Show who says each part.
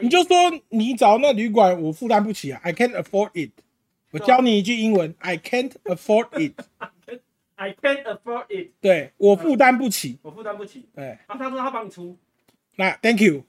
Speaker 1: 你就说你找那旅馆我负担不起啊，I can't afford it。我教你一句英文，I can't afford it。
Speaker 2: I can't afford it，
Speaker 1: 对我负担不起。
Speaker 2: 我负担不起。
Speaker 1: 对，
Speaker 2: 啊，他说他帮你出，
Speaker 1: 那 Thank you。